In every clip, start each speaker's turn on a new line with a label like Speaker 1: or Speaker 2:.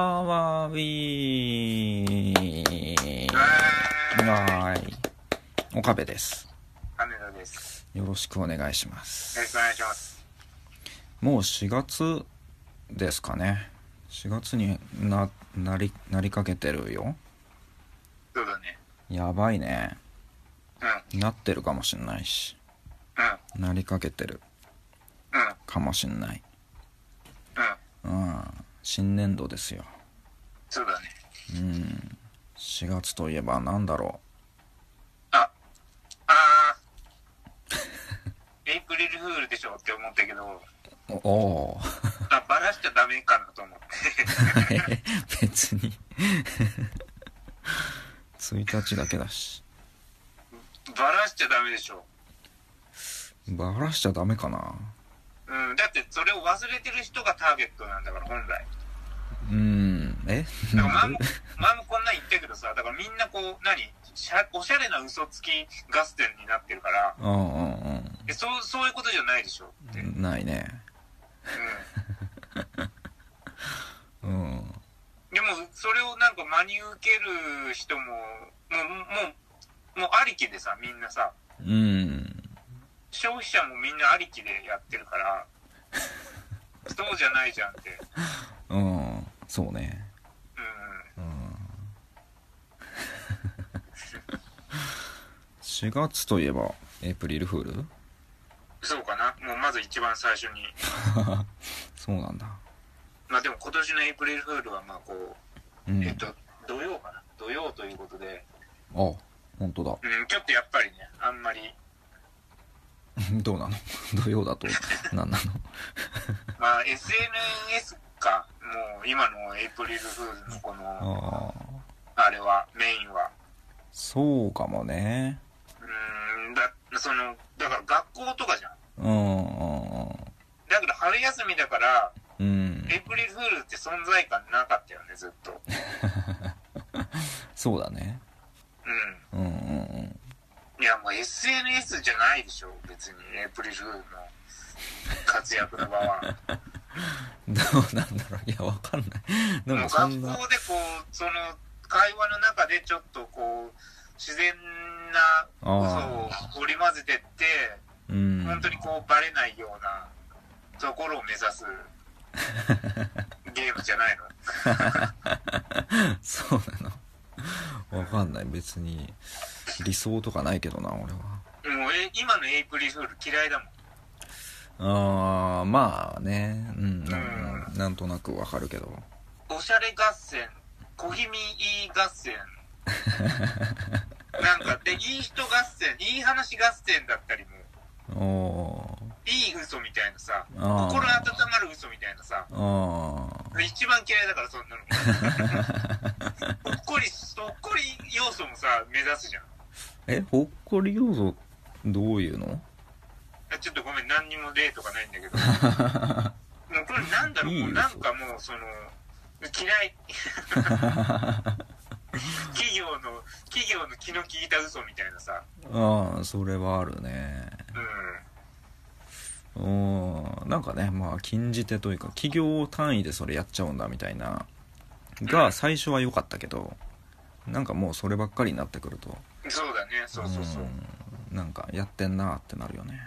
Speaker 1: ービーはーい。岡部です。
Speaker 2: 金田です。
Speaker 1: よろしくお願いしま
Speaker 2: よろしく
Speaker 1: す
Speaker 2: お。願いします。
Speaker 1: もう4月ですかね。4月にな、なり、なりかけてるよ。
Speaker 2: そうだね。
Speaker 1: やばいね。
Speaker 2: うん、
Speaker 1: なってるかもしんないし。
Speaker 2: う
Speaker 1: なりかけてる
Speaker 2: ん、うん、
Speaker 1: かもしんない。
Speaker 2: うん。
Speaker 1: うん。新年度ですよ。
Speaker 2: そうだね。
Speaker 1: うん。4月といえばなんだろ
Speaker 2: あ、あ ー。エイプリルフールでしょって思ったけど、
Speaker 1: う。おおー。
Speaker 2: あ、バラしちゃダメかなと思って。
Speaker 1: はい別に1日だけだし
Speaker 2: バラしちゃダメでしょ。
Speaker 1: バラしちゃダメかな
Speaker 2: うん、だってそれを忘れてる人がターゲットなんだから、本来。
Speaker 1: うんえ
Speaker 2: だから前も、前もこんなん言ったけどさ、だからみんなこう、何しゃおしゃれな嘘つき合戦になってるから、
Speaker 1: うんうん
Speaker 2: えそう、そういうことじゃないでしょって。うん。
Speaker 1: うんないねうん
Speaker 2: でもそれをなんか真に受ける人ももうもうもうありきでさみんなさ
Speaker 1: うん
Speaker 2: 消費者もみんなありきでやってるから そうじゃないじゃんって
Speaker 1: うんそうねう
Speaker 2: うん
Speaker 1: ん4月といえばエイプリルフール
Speaker 2: そうかなもうまず一番最初に
Speaker 1: そうなんだ
Speaker 2: まあでも今年のエイプリルフールはまあこう、
Speaker 1: うん
Speaker 2: えっと土曜かな土曜ということで
Speaker 1: あ本当だ
Speaker 2: うんちょっとやっぱりねあんまり
Speaker 1: どうなの 土曜だと何なの
Speaker 2: まあ SNS かもう今のエイプリルフールのこの
Speaker 1: あ あ
Speaker 2: あれはメインは
Speaker 1: そうかもね。
Speaker 2: うーんだそのだから学校とかじゃん
Speaker 1: うんうん
Speaker 2: だけど春休みだから
Speaker 1: うん。うん
Speaker 2: エイプリルフールって存在感なかったよねずっと
Speaker 1: そうだね。
Speaker 2: う
Speaker 1: うんうんうん。
Speaker 2: んいやもう SNS じゃないでしょ別にエイプリルフールの活躍の場は
Speaker 1: どうなんだろういや、わかんない。 で
Speaker 2: も
Speaker 1: も
Speaker 2: う
Speaker 1: そ
Speaker 2: 学
Speaker 1: ん
Speaker 2: 校
Speaker 1: な。
Speaker 2: でこうその会話の中でちょっとこう自然な
Speaker 1: あ
Speaker 2: 嘘を織り交ぜてって
Speaker 1: うん。
Speaker 2: 本当にこうバレないようなところを目指すゲームじゃないの
Speaker 1: そうなの。わかんない。別に、理想とかないけどな、俺は。
Speaker 2: もうえ今のエイプリルフール嫌いだもん
Speaker 1: ああまあね。うん。なん
Speaker 2: う
Speaker 1: なんとなくわかるけど。
Speaker 2: おしゃれ合戦小気味いい合 戦なんかでいい人合戦いい話合戦だったりも
Speaker 1: おー。
Speaker 2: いい嘘みたいなさ
Speaker 1: あー
Speaker 2: 心温まる嘘みたいなさ
Speaker 1: あ
Speaker 2: 一番嫌いだからそん なのほっこりほっこり要素もさ目指すじゃん
Speaker 1: ーえ、ほっこり要素、どういうの
Speaker 2: あちょっとごめん何にも例とか ないんだけどもうこれなんだろう
Speaker 1: いい嘘
Speaker 2: もうなんかもうその嫌 い企業の企業の気の利いた嘘みたいなさ
Speaker 1: ああそれはあるね。
Speaker 2: う
Speaker 1: うんなんかねまあ禁じ手というか企業単位でそれやっちゃうんだみたいなが最初は良かったけどなんかもうそればっかりになってくると
Speaker 2: んそうだねそうそうそううん、
Speaker 1: うんなんかやってんなってなるよね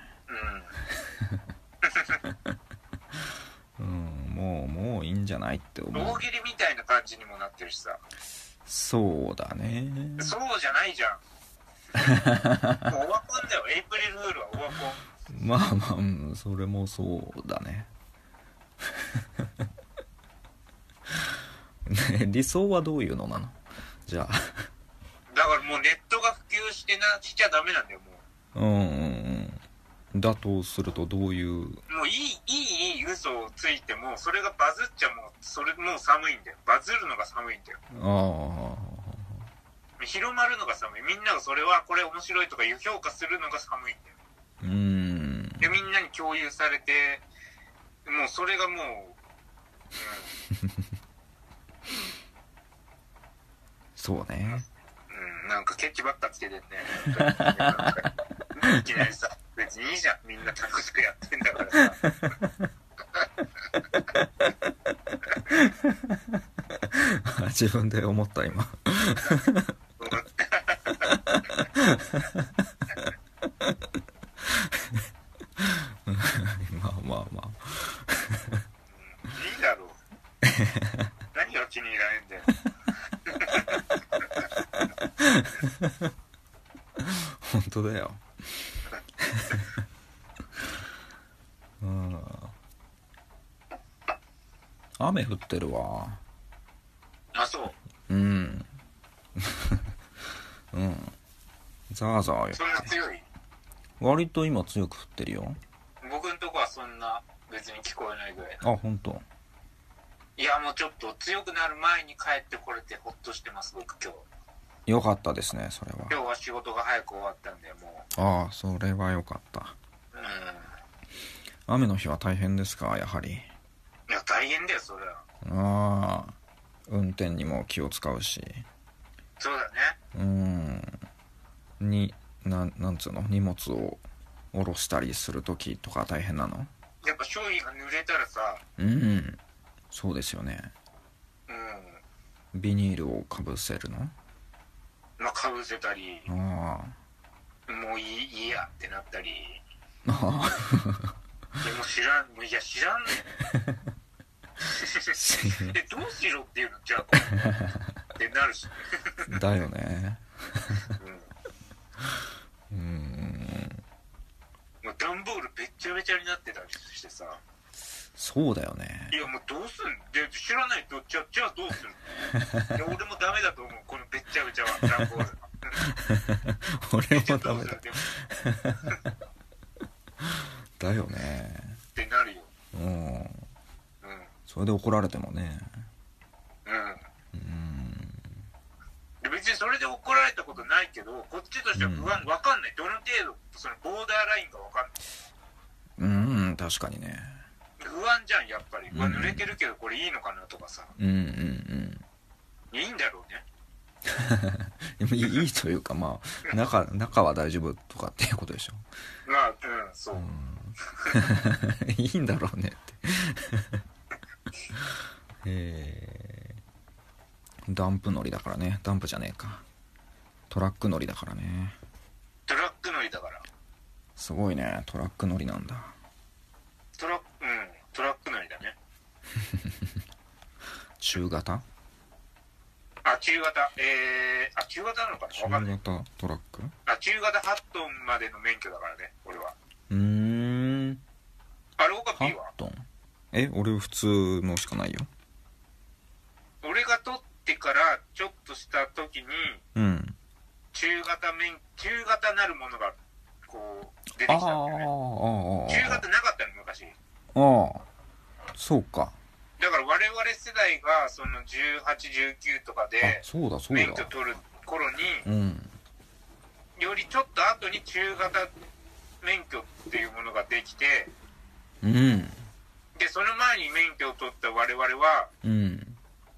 Speaker 1: うんもうもういいんじゃないって思う
Speaker 2: 大喜利みたいな感じにもなってるしさ
Speaker 1: そうだね
Speaker 2: そうじゃない じゃんもうオワコンだよエイプリルフールはオワコン
Speaker 1: まあまあうんそれもそうだね ね理想はどういうのなのじゃあ
Speaker 2: だからもうネットが普及してなしちゃダメなんだよも
Speaker 1: うんうんうんだとするとどういう
Speaker 2: うもういいいいいい嘘をついてもそれがバズっちゃもうそれもう寒いんだよバズるのが寒いんだよ
Speaker 1: あ
Speaker 2: 広まるのが寒いみんながそれはこれ面白いとかいう評価するのが寒いんだよ
Speaker 1: あうん
Speaker 2: でみんなに共有されてもうそれがもう、
Speaker 1: そうね
Speaker 2: うんうん、なんかケチばっかつけてんね本当になんかいきなりさ別にいいじゃんみんな楽しくやってんだからさ
Speaker 1: あ自分で思った今 まあまあまあ
Speaker 2: いいだろう何が気に入られんだよ
Speaker 1: 本当だよ うん雨降ってるわ
Speaker 2: あそう
Speaker 1: うん うんザーザーよ
Speaker 2: そんな強い
Speaker 1: 割と今強く降ってるよ
Speaker 2: 僕んとこはそんな別に聞こえないぐらいだ
Speaker 1: あ本当。
Speaker 2: いやもうちょっと強くなる前に帰ってこれてほっとしてます僕今日
Speaker 1: よかったですねそれは
Speaker 2: 今日は仕事が早く終わったんでも
Speaker 1: ああそれはよかった
Speaker 2: ううん
Speaker 1: 雨の日は大変ですかやはり
Speaker 2: いや大変だよそれは
Speaker 1: ああ運転にも気を使うし
Speaker 2: そうだね
Speaker 1: うーんになんなんつうの荷物を下ろしたりする時とか大変なの
Speaker 2: やっぱ商品が濡れたらさ
Speaker 1: うんそうですよね
Speaker 2: うん
Speaker 1: ビニールをかぶせるの
Speaker 2: まあかぶせたり
Speaker 1: ああ
Speaker 2: もういいいいやってなったり
Speaker 1: ああ
Speaker 2: でも知らんもういや知らんねえどうしろっていうのじゃあこれってなるし、
Speaker 1: だよねう
Speaker 2: うん、
Speaker 1: ーん
Speaker 2: もう段ボールべっちゃべちゃになってたりしてさ
Speaker 1: そうだよね
Speaker 2: いやもうどうすんで知らないとじゃあじゃあどうする いや俺もダメだと思うこのべっちゃべちゃは段 ボールが
Speaker 1: 俺
Speaker 2: じゃ
Speaker 1: も
Speaker 2: あ
Speaker 1: ダ
Speaker 2: どう
Speaker 1: メ
Speaker 2: す
Speaker 1: だ
Speaker 2: るでも
Speaker 1: だよね
Speaker 2: ってなるよ
Speaker 1: うん
Speaker 2: うん
Speaker 1: それで怒られてもね
Speaker 2: うん
Speaker 1: うん
Speaker 2: で別にそれで怒られたことないけどこっちとしては不安、わかんないどの程度そのボーダーラインがわかんない
Speaker 1: うん確かにね
Speaker 2: 不安じゃんやっぱり、うわ
Speaker 1: うん
Speaker 2: 濡れてるけどこれいいのかなとかさ
Speaker 1: うんうんうん
Speaker 2: いいんだろうね
Speaker 1: でもい いいいというかまあ中中は大丈夫とかっていうことでしょ、
Speaker 2: まあうんそう、
Speaker 1: うん、 いいんだろうねって えーダンプ乗りだからねダンプじゃねえかトラック乗りだからね
Speaker 2: トラック乗りだから
Speaker 1: すごいねトラック乗りなんだ
Speaker 2: トラックうんトラック乗りだね
Speaker 1: 中型
Speaker 2: あ中型えー、あ中型なのかな
Speaker 1: 中
Speaker 2: わかんない
Speaker 1: 型トラック
Speaker 2: あ中型8トンまでの免許だからね俺は
Speaker 1: うーん
Speaker 2: あれ岡 P
Speaker 1: 8
Speaker 2: は
Speaker 1: トンえ俺普通のしかないよ
Speaker 2: 俺が取ってからちょっとした時に
Speaker 1: うん
Speaker 2: 中型免中型なるものがこう出て
Speaker 1: あ
Speaker 2: き
Speaker 1: あ
Speaker 2: たんだよね
Speaker 1: あ
Speaker 2: 中型なかったの昔
Speaker 1: ああそうか
Speaker 2: だから我々世代がその1819とか
Speaker 1: あ
Speaker 2: で
Speaker 1: そうだそう
Speaker 2: 免許
Speaker 1: だ
Speaker 2: 取る頃に
Speaker 1: うん
Speaker 2: よりちょっと後に中型免許っていうものができて
Speaker 1: うん
Speaker 2: でその前に免許を取った我々は
Speaker 1: うん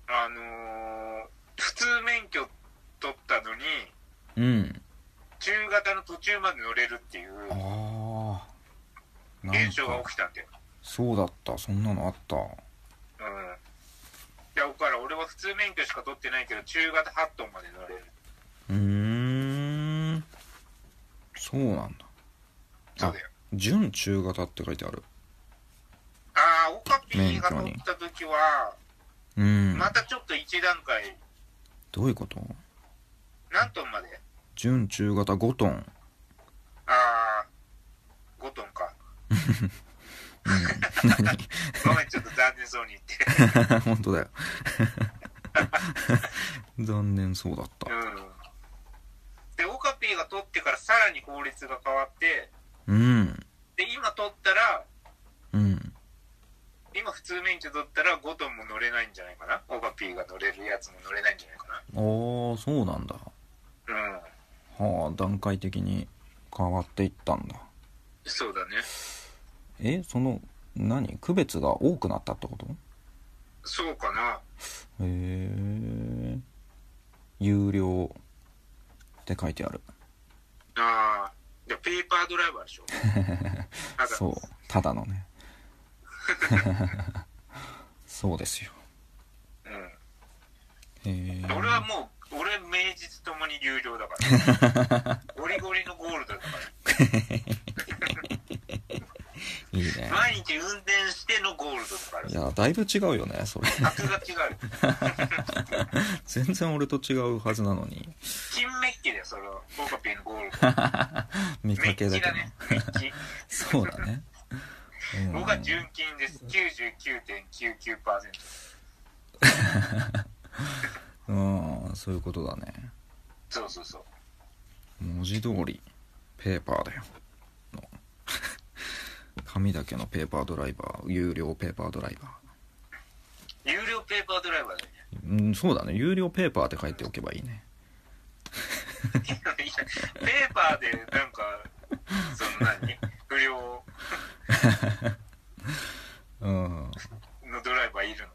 Speaker 2: あのー普通免許取ったのに
Speaker 1: うん
Speaker 2: 中型の途中まで乗れるっていう
Speaker 1: ああなん
Speaker 2: 現象が
Speaker 1: か
Speaker 2: 起きたんだよ、
Speaker 1: そうだったそんなのあった
Speaker 2: うん、だから俺は普通免許しか取ってないけど中型8トンまで乗れる
Speaker 1: うーんそうなんだ
Speaker 2: そうだよ
Speaker 1: 準中型って書いてある
Speaker 2: ああオカピーが取った時は
Speaker 1: うん
Speaker 2: またちょっと1段階
Speaker 1: どういうこと
Speaker 2: 何トンまで
Speaker 1: 準中型5トン
Speaker 2: ああ5トンか
Speaker 1: うん 何
Speaker 2: ごめんちょっと残念そうに言って
Speaker 1: 本当だよ 残念そうだった
Speaker 2: うんでオカピーが取ってからさらに法律が変わって
Speaker 1: うん
Speaker 2: で今取ったら
Speaker 1: うん
Speaker 2: 今普通免許取ったら5トンも乗れないんじゃないかなオカピーが乗れるやつも乗れないんじゃないか
Speaker 1: ああそうなんだ
Speaker 2: なうん
Speaker 1: はあ段階的に変わっていったんだ
Speaker 2: そうだね
Speaker 1: えその何区別が多くなったってこと
Speaker 2: そうかな
Speaker 1: へえ有料って書いてある
Speaker 2: ああでペーパードライバーでしょただ
Speaker 1: そうただのね そうですよ
Speaker 2: うん
Speaker 1: へえ
Speaker 2: 俺はもう、俺、名実ともに有料だ から。ゴリゴリのゴールドだか
Speaker 1: いい
Speaker 2: ら。
Speaker 1: ね
Speaker 2: 毎日運転してのゴールドだから
Speaker 1: い。やだいぶ違うよねそれ
Speaker 2: 格が違う。
Speaker 1: 全然俺と違うはずなのに
Speaker 2: 金メッキだよ、その、ボカピーのゴールド。
Speaker 1: 見
Speaker 2: メ
Speaker 1: かけ
Speaker 2: ッ
Speaker 1: だ
Speaker 2: キ
Speaker 1: けど
Speaker 2: だね。メッキ。
Speaker 1: そうだね、 うん
Speaker 2: 僕は純金です。99.99%。
Speaker 1: うんそういうことだね
Speaker 2: そうそうそう。
Speaker 1: 文字通りペーパーだよの 紙だけのペーパードライバー有料ペーパードライバ
Speaker 2: 有料ペーパードライバーだよね。
Speaker 1: ーうんそうだね有料ペーパーって書いておけばいいね
Speaker 2: いやペーパーで、なんか、その何不良
Speaker 1: うん
Speaker 2: のドライバーいる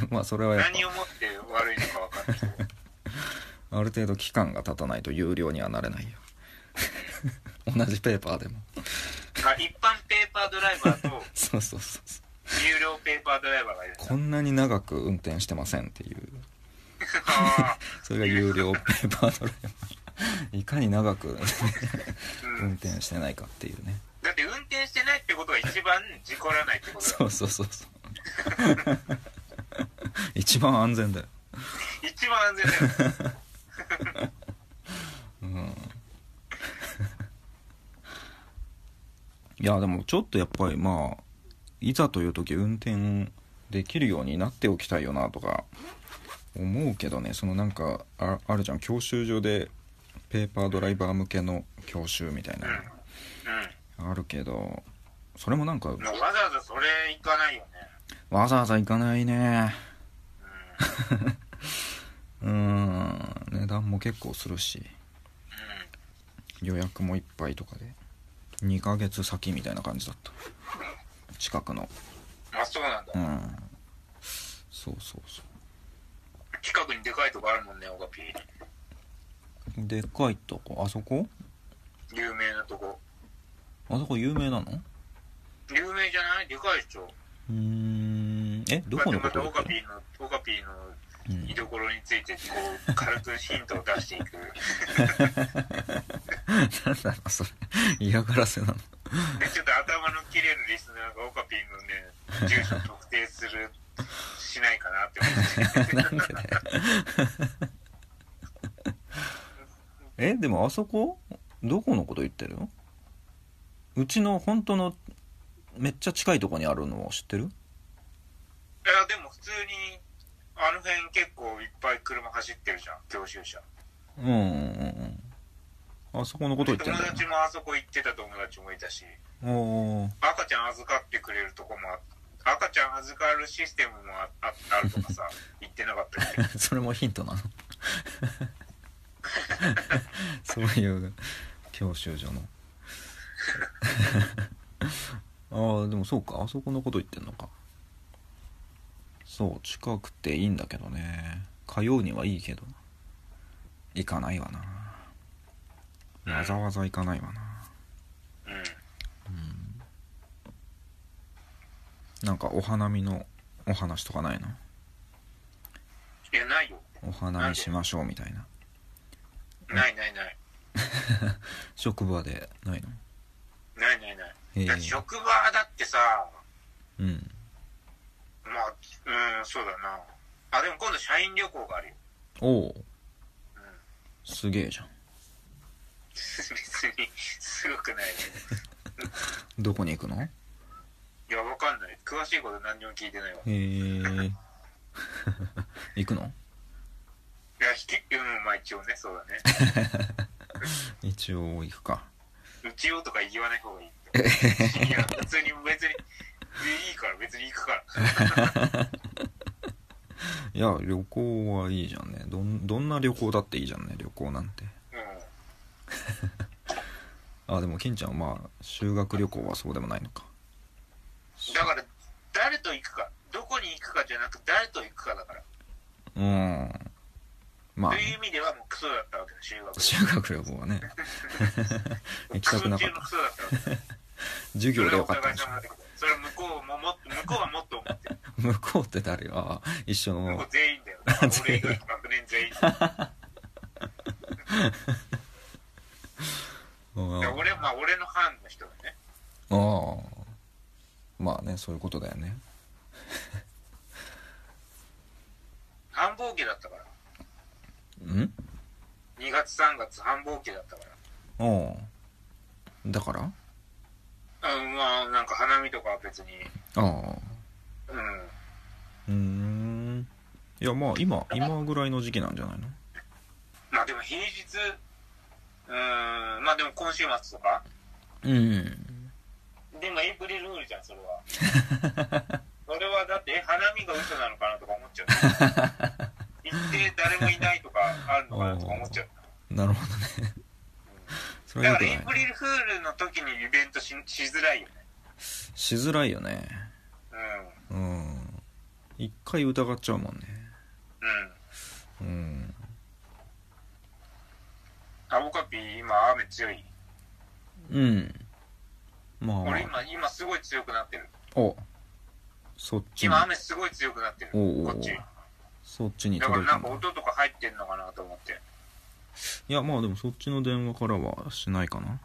Speaker 2: の
Speaker 1: まあそれ はやっ
Speaker 2: 何をもって悪いのかわかんない。
Speaker 1: ぱある程度期間が経たないと有料にはなれないよ 同じペーパーでも
Speaker 2: あ一般ペーパードライバーと
Speaker 1: そうそうそうそう
Speaker 2: 有料ペーパードライバーがいるんだ
Speaker 1: こんなに長く運転してませんっていう
Speaker 2: あ
Speaker 1: それが有料ペーパードライバーいかに長く
Speaker 2: ーう
Speaker 1: 運
Speaker 2: ん、
Speaker 1: 転してないかっていうね
Speaker 2: だって運転してないってことが一番事故らないってことだ
Speaker 1: そうそうそうそう一番安全だよ
Speaker 2: 一番安全だよ
Speaker 1: うんいやでもちょっとやっぱりまあいざという時運転できるようになっておきたいよなとか思うけどねそのなんかああるじゃん教習所でペーパードライバー向けの教習みたいなのあるけどそれもなんか
Speaker 2: うんもうわざわざそれ行かないよね
Speaker 1: わざわざ行かないね うん値段も結構するし予約もいっぱいとかで2ヶ月先みたいな感じだった近くの
Speaker 2: うんあそうなんだ
Speaker 1: うんそうそうそ
Speaker 2: 近くにでかいとこあるもんねオガピ
Speaker 1: うでっかいとこあそこ
Speaker 2: ー有名なとこ
Speaker 1: あそこ有名なの
Speaker 2: 有名じゃないでかいでしょ
Speaker 1: うーんえどこの
Speaker 2: だ
Speaker 1: こ
Speaker 2: ってま
Speaker 1: とだ
Speaker 2: た
Speaker 1: っけ
Speaker 2: オガピーのオガピーの
Speaker 1: うん
Speaker 2: 居所についてこう軽くヒントを出していく
Speaker 1: なんだろうそれ嫌がらせなの
Speaker 2: でちょっと頭の切れるリスナーがオカピンのね住所特定するしないかなって思っ て
Speaker 1: なんでだよえでもあそこどこのこと言ってるのうちの本当のめっちゃ近いとこにあるのを知ってる
Speaker 2: いやでも普通にあの辺結構いっぱい車走ってるじゃん教習車
Speaker 1: うんうんうんうんあそこのこと言
Speaker 2: 友
Speaker 1: ってんだよ、
Speaker 2: 達
Speaker 1: ね、
Speaker 2: もあそこ行ってた友達もいたし
Speaker 1: おー
Speaker 2: 赤ちゃん預かってくれるとこもあ赤ちゃん預かるシステムもあああるとかさ言ってなかったっ け
Speaker 1: それもヒントなのそういう教習所の ああでもそうかあそこのこと言ってんのかそう近くていいんだけどね通うにはいいけど行かないわなわざわざ行かないわな
Speaker 2: うん
Speaker 1: なんかお花見のお話とかないの
Speaker 2: いやないよ
Speaker 1: お花見しましょうみたいな
Speaker 2: ないないない
Speaker 1: 職場でないの
Speaker 2: ないないない、
Speaker 1: へえ
Speaker 2: だって職場だってさ
Speaker 1: うん
Speaker 2: まあうんそうだなあでも今度社員旅行があるよ
Speaker 1: おおすげえじゃん
Speaker 2: 別にすごくない
Speaker 1: どこに行くのへ
Speaker 2: いやわかんない詳しいこと何にも聞いてないわい
Speaker 1: え 行くの
Speaker 2: や引きうんまあ一応ねそうだね
Speaker 1: 一応行くか
Speaker 2: 一応とか言わない方がいいっていや普通に別にいいから別に行くから
Speaker 1: いや旅行はいいじゃんねどんどんな旅行だっていいじゃんね旅行なんて
Speaker 2: うん
Speaker 1: あでも金ちゃんはまあ修学旅行はそうでもないのか
Speaker 2: だから誰と行くかどこに行くかじゃなく誰と行くかだから
Speaker 1: うんまあ
Speaker 2: と
Speaker 1: ね
Speaker 2: いう意味ではもうクソだったわけだ修学旅
Speaker 1: 修学旅行は ね行きたく
Speaker 2: 行
Speaker 1: な
Speaker 2: ク
Speaker 1: かっ
Speaker 2: ソ中の
Speaker 1: た
Speaker 2: クソだったわけ
Speaker 1: 授
Speaker 2: そ
Speaker 1: 業
Speaker 2: れ
Speaker 1: で
Speaker 2: は
Speaker 1: よ
Speaker 2: お
Speaker 1: かった
Speaker 2: 互
Speaker 1: ん
Speaker 2: い
Speaker 1: でしょ
Speaker 2: 様だけどそれは向こうももっと向こうはもっと思ってる
Speaker 1: 向こうって誰よああ一緒
Speaker 2: 向こ
Speaker 1: の
Speaker 2: う全員だよ俺以外の学年全員。だか
Speaker 1: あ
Speaker 2: ら俺、まあ俺の班の人がね。
Speaker 1: あーまあねそういうことだよね
Speaker 2: 繁忙期だったから。
Speaker 1: うん
Speaker 2: 2月3月繁忙期だったか
Speaker 1: おうだから
Speaker 2: ら。うん、まあなんか花見とかは別に。
Speaker 1: ああ
Speaker 2: うん。
Speaker 1: うーんいやまあ今今ぐらいの時期なんじゃないの
Speaker 2: まあでも平日、うーん、まあでも今週末とか。
Speaker 1: うん
Speaker 2: でもエイプリルフールじゃん、そ れは。それはだって、え花見が嘘なのかなとか思っちゃう。行って誰もいないとかあるのかなとか思っちゃう。
Speaker 1: なるほどね それ
Speaker 2: だ
Speaker 1: は
Speaker 2: か
Speaker 1: よく
Speaker 2: ら
Speaker 1: な
Speaker 2: エイ
Speaker 1: い
Speaker 2: プリルフールの時にイベントししづらいよね。
Speaker 1: しづらいよね
Speaker 2: うん。
Speaker 1: うん一回疑っちゃうもんね
Speaker 2: うん。
Speaker 1: うん
Speaker 2: アボカピー今雨強い。
Speaker 1: うんまあま
Speaker 2: 俺
Speaker 1: あ
Speaker 2: 今、今すごい強くなってる。
Speaker 1: おそっちに
Speaker 2: 今雨すごい強くなってる。
Speaker 1: おうおうおう
Speaker 2: こっち。
Speaker 1: そっちに
Speaker 2: だから
Speaker 1: 届いた
Speaker 2: なん
Speaker 1: ん
Speaker 2: か
Speaker 1: だ
Speaker 2: 音とか入ってんのかなと思って。
Speaker 1: いやまあでもそっちの電話からはしないかな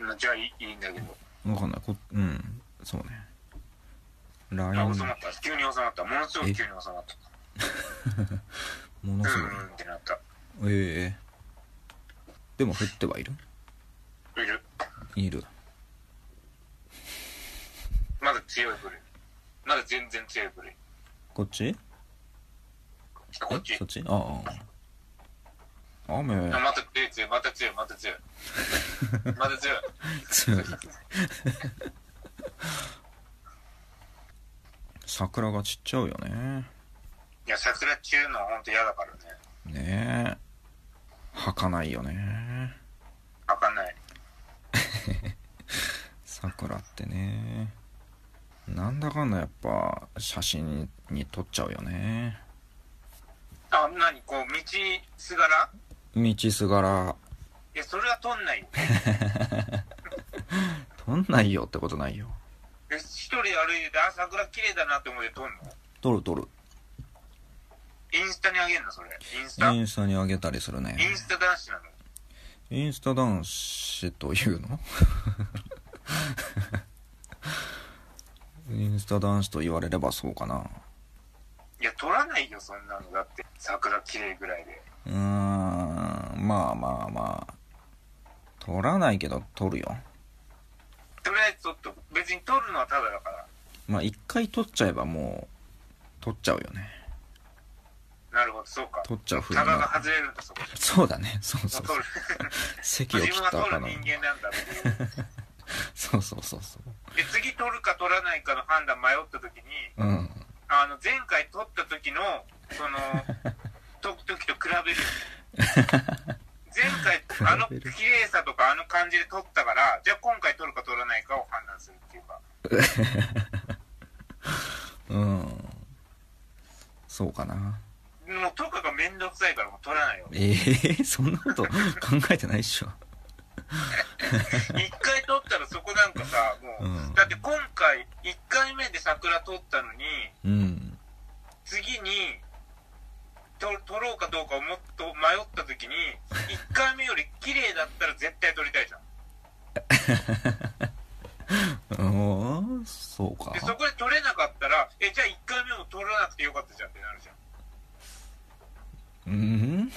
Speaker 2: うんじゃあいいいいんだけど。
Speaker 1: わかんないこうんそうね
Speaker 2: あ
Speaker 1: LINE
Speaker 2: 収まった。急に収まった。ものすごく急に収まった。
Speaker 1: もの
Speaker 2: う
Speaker 1: す
Speaker 2: んうんってなった。
Speaker 1: ごいええでも降ってはいる
Speaker 2: いる。
Speaker 1: いる
Speaker 2: まだ強い部類。まだ全然強い部類。
Speaker 1: こっち
Speaker 2: こっち。
Speaker 1: そっちああ雨
Speaker 2: あまた強い強い、また強い、また強い。また強い。
Speaker 1: 強い桜が散っちゃうよね
Speaker 2: いや、桜中のほんと嫌だからね。
Speaker 1: ねえ儚いよね
Speaker 2: わかんない。
Speaker 1: 桜ってねなんだかんだやっぱ写真に撮っちゃうよね
Speaker 2: あ、なに、こう、道すがら
Speaker 1: 道すがら
Speaker 2: いや、それは取んないよ。
Speaker 1: 撮んないよってことないよ
Speaker 2: え一人で歩いてて、あ、桜綺麗だなって思って取んの
Speaker 1: 撮る撮る
Speaker 2: インスタにあげんのそれ。インスタ。イ
Speaker 1: インスタに上げたりするね
Speaker 2: ンスタ男子なの。
Speaker 1: インスタ男子というの インスタ男子と言われればそうかない
Speaker 2: や、取らないよ、そんなの。だって、桜綺麗ぐらいで。
Speaker 1: うーんまあまあまあ撮らないけど撮るよ
Speaker 2: とりあえず取っとく。別に取るのはただだから。
Speaker 1: まあ一回撮っちゃえばもう撮っちゃうよね
Speaker 2: なるほど、そうか。
Speaker 1: 撮っちゃう風
Speaker 2: タ
Speaker 1: に
Speaker 2: ガ
Speaker 1: な
Speaker 2: が外れるんだ、そこで。
Speaker 1: そうだねそうそう
Speaker 2: 取
Speaker 1: そう
Speaker 2: る。
Speaker 1: 席を
Speaker 2: 自
Speaker 1: 切っ
Speaker 2: 分は
Speaker 1: た
Speaker 2: 取る
Speaker 1: 後の
Speaker 2: 人間なんだっていう。
Speaker 1: そうそうそうそう
Speaker 2: で次取るか取らないかの判断迷った時に
Speaker 1: うん
Speaker 2: あの前回取った時のその と時と比 べる前回あの綺
Speaker 1: 比べる
Speaker 2: 麗さとかあの感じで取ったからじゃあ今回取るか取らないかを判断するっていうか
Speaker 1: うんそうかな
Speaker 2: もうとかが面倒くさいからもう取ら ないよ
Speaker 1: ええ そんなこと考えてないっしょ
Speaker 2: 一回取ったらそこなんかさもう、
Speaker 1: うん
Speaker 2: だって今回一回目で桜取ったのに
Speaker 1: うん
Speaker 2: 次にと取ろうかどうかをもっと迷った時に1回目より綺麗だったら絶対取りたいじゃん
Speaker 1: うんそうか
Speaker 2: でそこで取れなかったらえじゃあ1回目も取らなくてよかったじゃんってなるじゃん
Speaker 1: うん
Speaker 2: なんか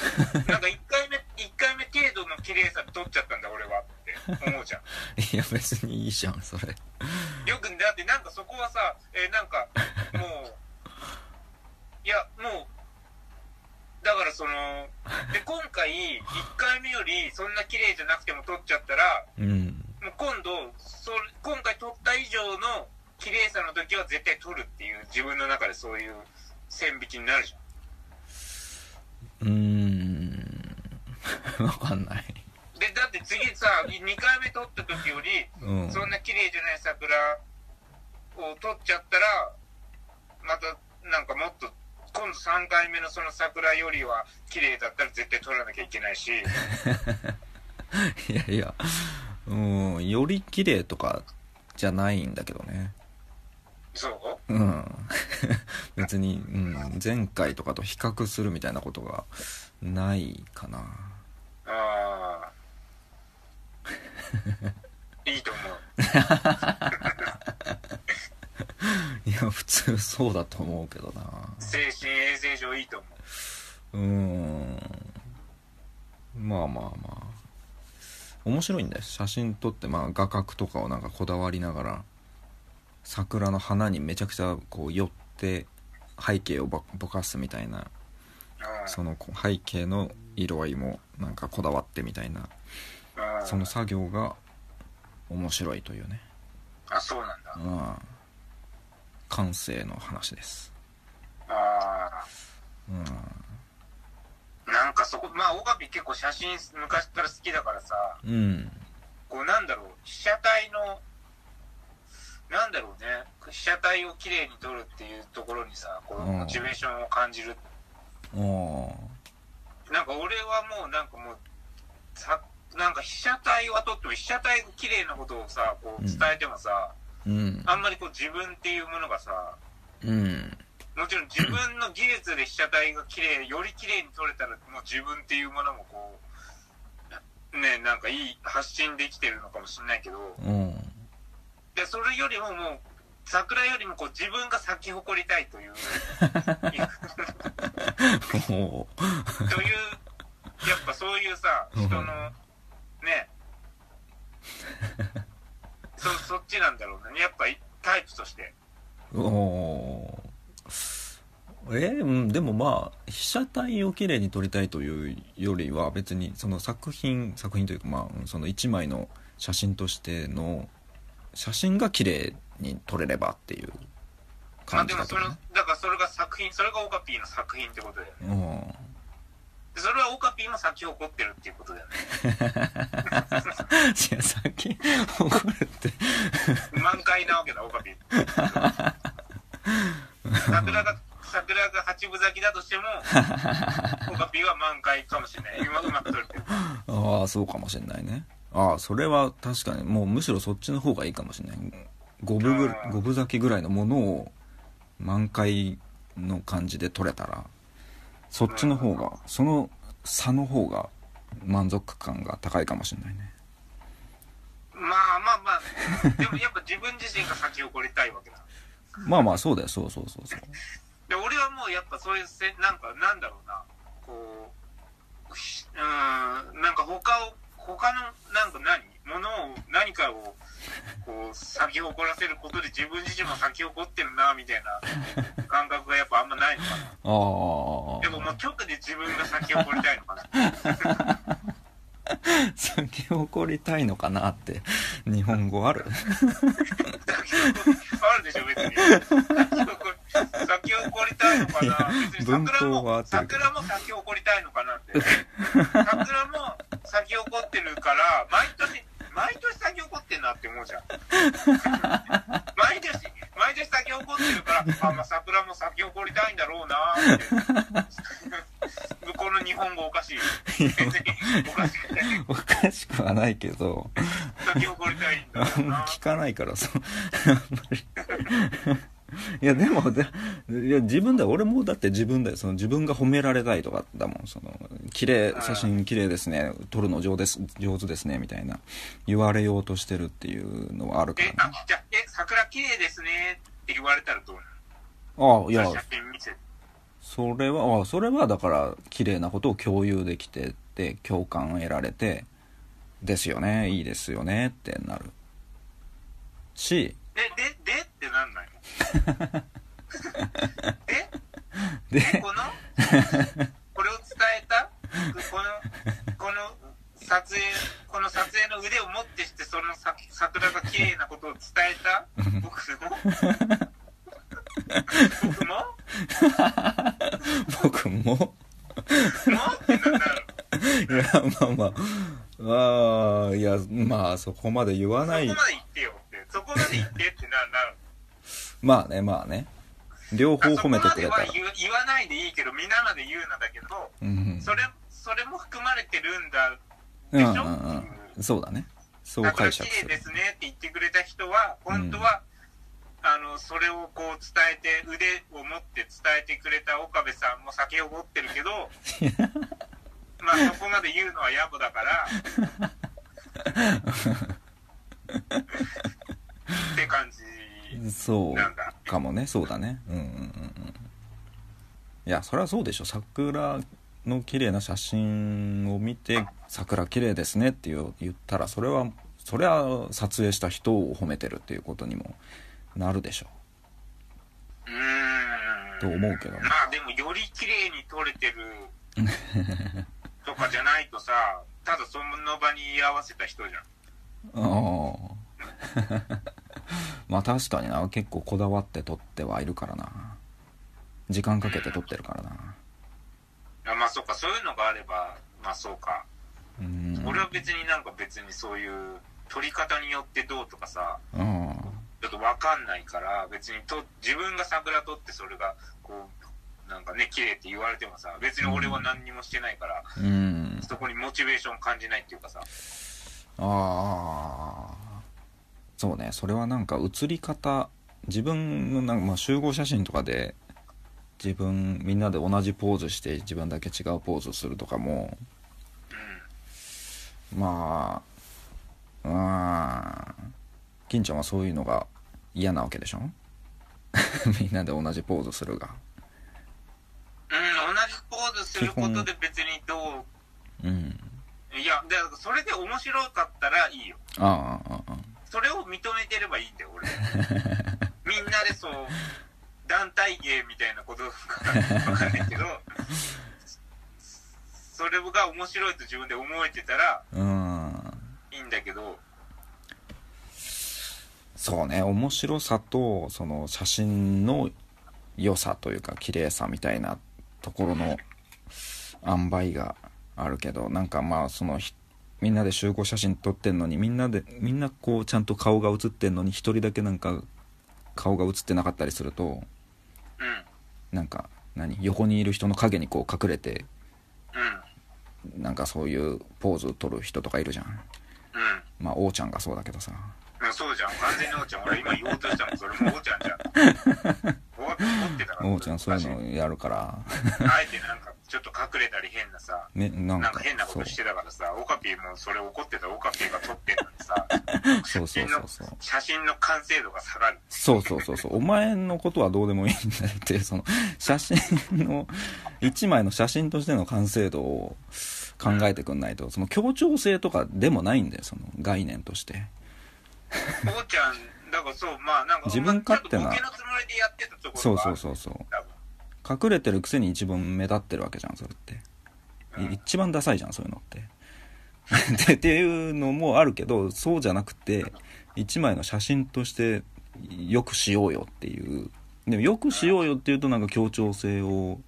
Speaker 2: 1回目一回目程度の綺麗さで取っちゃったんだ俺はって思うじゃん
Speaker 1: いや別にいいじゃんそれ
Speaker 2: よくだってなんかそこはさえなんかもういやもうだからそので今回1回目よりそんな綺麗じゃなくても取っちゃったら
Speaker 1: うん
Speaker 2: もう今度それ今回取った以上の綺麗さの時は絶対取るっていう自分の中でそういう線引きになるじゃ
Speaker 1: うーんわかんない
Speaker 2: んでだって次さ2回目取った時より
Speaker 1: うん
Speaker 2: そんな綺麗じゃない桜を取っちゃったらまたなんかもっと今度3回目のその桜よりは綺麗だったら絶対取らなきゃいけない し
Speaker 1: いやいやうんより綺麗とかじゃないんだけどね
Speaker 2: そう
Speaker 1: うん、 別に、うん、前回とかと比較するみたいなことがないかな
Speaker 2: ああ。いいと思う。
Speaker 1: いや普通そうだと思うけどな
Speaker 2: 精神衛生上いいと思う。
Speaker 1: うんまあまあまあ面白いんだよ写真撮って、まあ、画角とかをなんかこだわりながら桜の花にめちゃくちゃこう寄って背景をぼぼかすみたいな
Speaker 2: あ
Speaker 1: そのこう背景の色合いもなんかこだわってみたいな
Speaker 2: ああ
Speaker 1: その作業が面白いというね
Speaker 2: あ、そうなんだ。
Speaker 1: まあ感性の話です
Speaker 2: あ
Speaker 1: うん
Speaker 2: あ。なんかそこ、まあ、オガビ結構写真昔から好きだからさ、
Speaker 1: うん
Speaker 2: こうなんだろう、被写体の、なんだろうね、被写体をきれいに撮るっていうところにさ、こ
Speaker 1: う
Speaker 2: う
Speaker 1: ん
Speaker 2: モチベーションを感じる。
Speaker 1: お
Speaker 2: なんか俺はもうなんかもう、さなんか被写体は撮っても被写体綺麗なことをさ、こう伝えてもさ、
Speaker 1: ーうん
Speaker 2: あんまりこう自分っていうものがさ、
Speaker 1: うん
Speaker 2: もちろん自分の技術で被写体が綺麗、より綺麗に撮れたら、もう自分っていうものもこう、ね、なんかいい発信できてるのかもしれないけど、
Speaker 1: うん
Speaker 2: でそれよりももう桜よりもこう自分が咲き誇りたいという いや
Speaker 1: お
Speaker 2: というやっぱそういうさ人の
Speaker 1: うん
Speaker 2: ねそそっちなんだろうねやっぱいタイプとして
Speaker 1: ーおーえーうん、でもまあ被写体をきれいに撮りたいというよりは別にその作品作品というかまあうんその1枚の写真としての写真がきれいに撮れればっていう
Speaker 2: まあ
Speaker 1: 感
Speaker 2: で
Speaker 1: じ
Speaker 2: も
Speaker 1: だ
Speaker 2: そ
Speaker 1: と
Speaker 2: れ
Speaker 1: かね
Speaker 2: だからそれが作品それがオカピーの作品ってことだよね
Speaker 1: うん
Speaker 2: でそれはオカピーも咲き誇ってるっていうことだよね
Speaker 1: いや、先、怒るって。
Speaker 2: 満開なわけだオカピー桜が桜が八分咲きだとしてもオカピーは満開かもしれない今うまく撮れてる
Speaker 1: ああ、そうかもしれないね。ああ、それは確かに、もうむしろそっちの方がいいかもしれない。五分ぐ
Speaker 2: う、ん
Speaker 1: 五分咲きぐらいのものを満開の感じで取れたら、そっちの方が、その差の方が満足感が高いかもしれないね。
Speaker 2: まあまあまあ、でもやっぱ自分自身が先を誇りたいわけだ。
Speaker 1: まあまあ、そうだよ、そうそうそうそう。
Speaker 2: で、俺はもうやっぱそういうせ、なんかなんだろうな、こう、しうーん、なんか他を、他の、なんか何物を、何かを、こう、先を誇らせることで自分自身も先を誇ってるな、みたいな感覚がやっぱあんまないのかな。
Speaker 1: ああ
Speaker 2: でももう直で自分が先を誇りたいのかな。
Speaker 1: 先怒りたいのかなって、日本語ある
Speaker 2: 先を誇りあるでしょ、別に。先を誇り先を誇りたいのかな。別に
Speaker 1: 文
Speaker 2: 桜
Speaker 1: 法は合
Speaker 2: も、
Speaker 1: ってるけど
Speaker 2: 桜も先を誇りたいのかなって。桜も先を誇ってるから、毎年、毎年先を誇ってんなって思うじゃん。毎年、毎年先を誇ってるから、あ、まあ桜も先を誇りたいんだろうなって。向こうの日本語おかしい。全然おかしくない。
Speaker 1: おかしくはないけど。
Speaker 2: 先を誇りたいんだ
Speaker 1: あ
Speaker 2: ろ
Speaker 1: ん
Speaker 2: う
Speaker 1: ま
Speaker 2: な。
Speaker 1: 聞かないからさ、あんまり。いや、でも、でいや自分だよ。俺もだって自分だよ。その自分が褒められたいとかだもん。その、綺麗、写真綺麗ですね。撮るの上手です、上手ですね。みたいな。言われようとしてるっていうのはあるか
Speaker 2: え、
Speaker 1: ら
Speaker 2: あ
Speaker 1: ね。、
Speaker 2: じゃあ、え、桜綺麗ですねって言われたらどうなの
Speaker 1: ああ、いや、
Speaker 2: 写真見せて。
Speaker 1: それは、ああ、それはだから、綺麗なことを共有できてて、共感を得られて、ですよね、いいですよね、ってなる。し、
Speaker 2: で、で、でってな んないので
Speaker 1: で、
Speaker 2: このこれを伝えたこのこの撮影この撮影の腕をもってしてそのさ桜が綺麗なことを伝えた僕も僕も
Speaker 1: 僕も、
Speaker 2: もってなんだろ
Speaker 1: いや、まあまあ。ああ、いや、まあ、そこまで言わ
Speaker 2: う、
Speaker 1: ない
Speaker 2: そこ。まで言ってよってそこまで言ってってななる
Speaker 1: まあね、まあね。両方
Speaker 2: そこ
Speaker 1: 褒
Speaker 2: ま
Speaker 1: めてく
Speaker 2: で
Speaker 1: れた
Speaker 2: は
Speaker 1: ら。
Speaker 2: 言う言わないでいいけど皆まで言うなだけど
Speaker 1: うん
Speaker 2: それそれも含まれてるんだ
Speaker 1: うん。う
Speaker 2: で
Speaker 1: ん
Speaker 2: し
Speaker 1: う
Speaker 2: ょ、
Speaker 1: んうん。そうだね。そう
Speaker 2: 桜
Speaker 1: 解
Speaker 2: 綺
Speaker 1: 釈
Speaker 2: 麗
Speaker 1: す
Speaker 2: で
Speaker 1: る。
Speaker 2: すねって言ってくれた人は本当は、あののそれをこう伝えて腕を持って伝えてくれた岡部さんも酒を持ってる けどまあそこまで言うのは野暮だから って感じ
Speaker 1: そ
Speaker 2: なんだ
Speaker 1: うかもねそうだねうんうんうんうんいやそりゃそうでしょ桜の綺麗な写真を見て「桜綺麗ですね」って言言ったらそれはそれは撮影した人を褒めてるっていうことにもなるでしょ
Speaker 2: うーん
Speaker 1: と思うけどね
Speaker 2: まあでもより綺麗に撮れてるとかじゃないとさただその場に居合わせた人じゃん
Speaker 1: ああ まあ確かにな結構こだわって撮ってはいるからな時間かけて撮ってるからな
Speaker 2: あまあそうかそういうのがあればまあそうか
Speaker 1: うん
Speaker 2: 俺は別になんか別にそういう撮り方によってどうとかさ
Speaker 1: うん
Speaker 2: ちょっとわかんないから別にと自分が桜撮ってそれがこうなんかね綺麗って言われてもさ別に俺は何にもしてないから、
Speaker 1: うん
Speaker 2: そこにモチベーション感じないっていうかさ
Speaker 1: ああそうねそれはなんか写り方自分のなんかまあ集合写真とかで自分みんなで同じポーズして自分だけ違うポーズするとかも
Speaker 2: う
Speaker 1: まあうん金ちゃんはそういうのが嫌なわけでしょ みんなで同じポーズするが
Speaker 2: ん、うん、同じポーズすることで別にどう
Speaker 1: うん
Speaker 2: いや、だからそれで面白かったらいいよ。
Speaker 1: あああああ
Speaker 2: それを認めてればいいんだ よ、俺。みんなでそう、団体芸みたいなことかわかんないけど、それが面白いと自分で思えてた
Speaker 1: あ
Speaker 2: ら
Speaker 1: うん
Speaker 2: いいんだけど、
Speaker 1: そうね面白さとその写真の良さというか綺麗さみたいなところの塩梅があるけどなんかまあそのひみんなで集合写真撮ってんのにみんなでみんなこうちゃんと顔が写ってんのに一人だけなんか顔が写ってなかったりすると
Speaker 2: うん、うん、
Speaker 1: なんか何横にいる人の影にこう隠れてなんかそういうポーズ撮る人とかいるじゃんまあ王ちゃんがそうだけどさ
Speaker 2: うん。そうじゃん、完全におうちゃん。俺今言おうとしたもん、それもおうちゃんじゃん。 おうちゃん持ってたから。
Speaker 1: 王ちゃんそういう
Speaker 2: 昔
Speaker 1: のやるから
Speaker 2: あえてなんか、ちょっと隠れたり変なさ、
Speaker 1: ねなん
Speaker 2: なん
Speaker 1: か
Speaker 2: か変なこ
Speaker 1: そう
Speaker 2: としてたからさ、オカピーもそれ怒ってたオカピーが撮ってんのにさ、
Speaker 1: そうそうそうそう
Speaker 2: 写真の完成度が下がる。
Speaker 1: そうそうそうそうお前のことはどうでもいいんだよってその写真の一枚の写真としての完成度を考えてくんないとその協調性とかでもないんだよその概念として
Speaker 2: おうちゃん、だからそう、まあなんか、
Speaker 1: 自分勝手な
Speaker 2: お前ちょっとボケのつもりでやってたとこ
Speaker 1: そ
Speaker 2: ろ
Speaker 1: う
Speaker 2: が
Speaker 1: そうそうそう
Speaker 2: 多分
Speaker 1: 隠れてるくせに一番目立ってるわけじゃんそれってい一番ダサいじゃんそういうのって ってっていうのもあるけどそうじゃなくて一枚の写真としてよくしようよっていうでもよくしようよっていうとなんか協調性を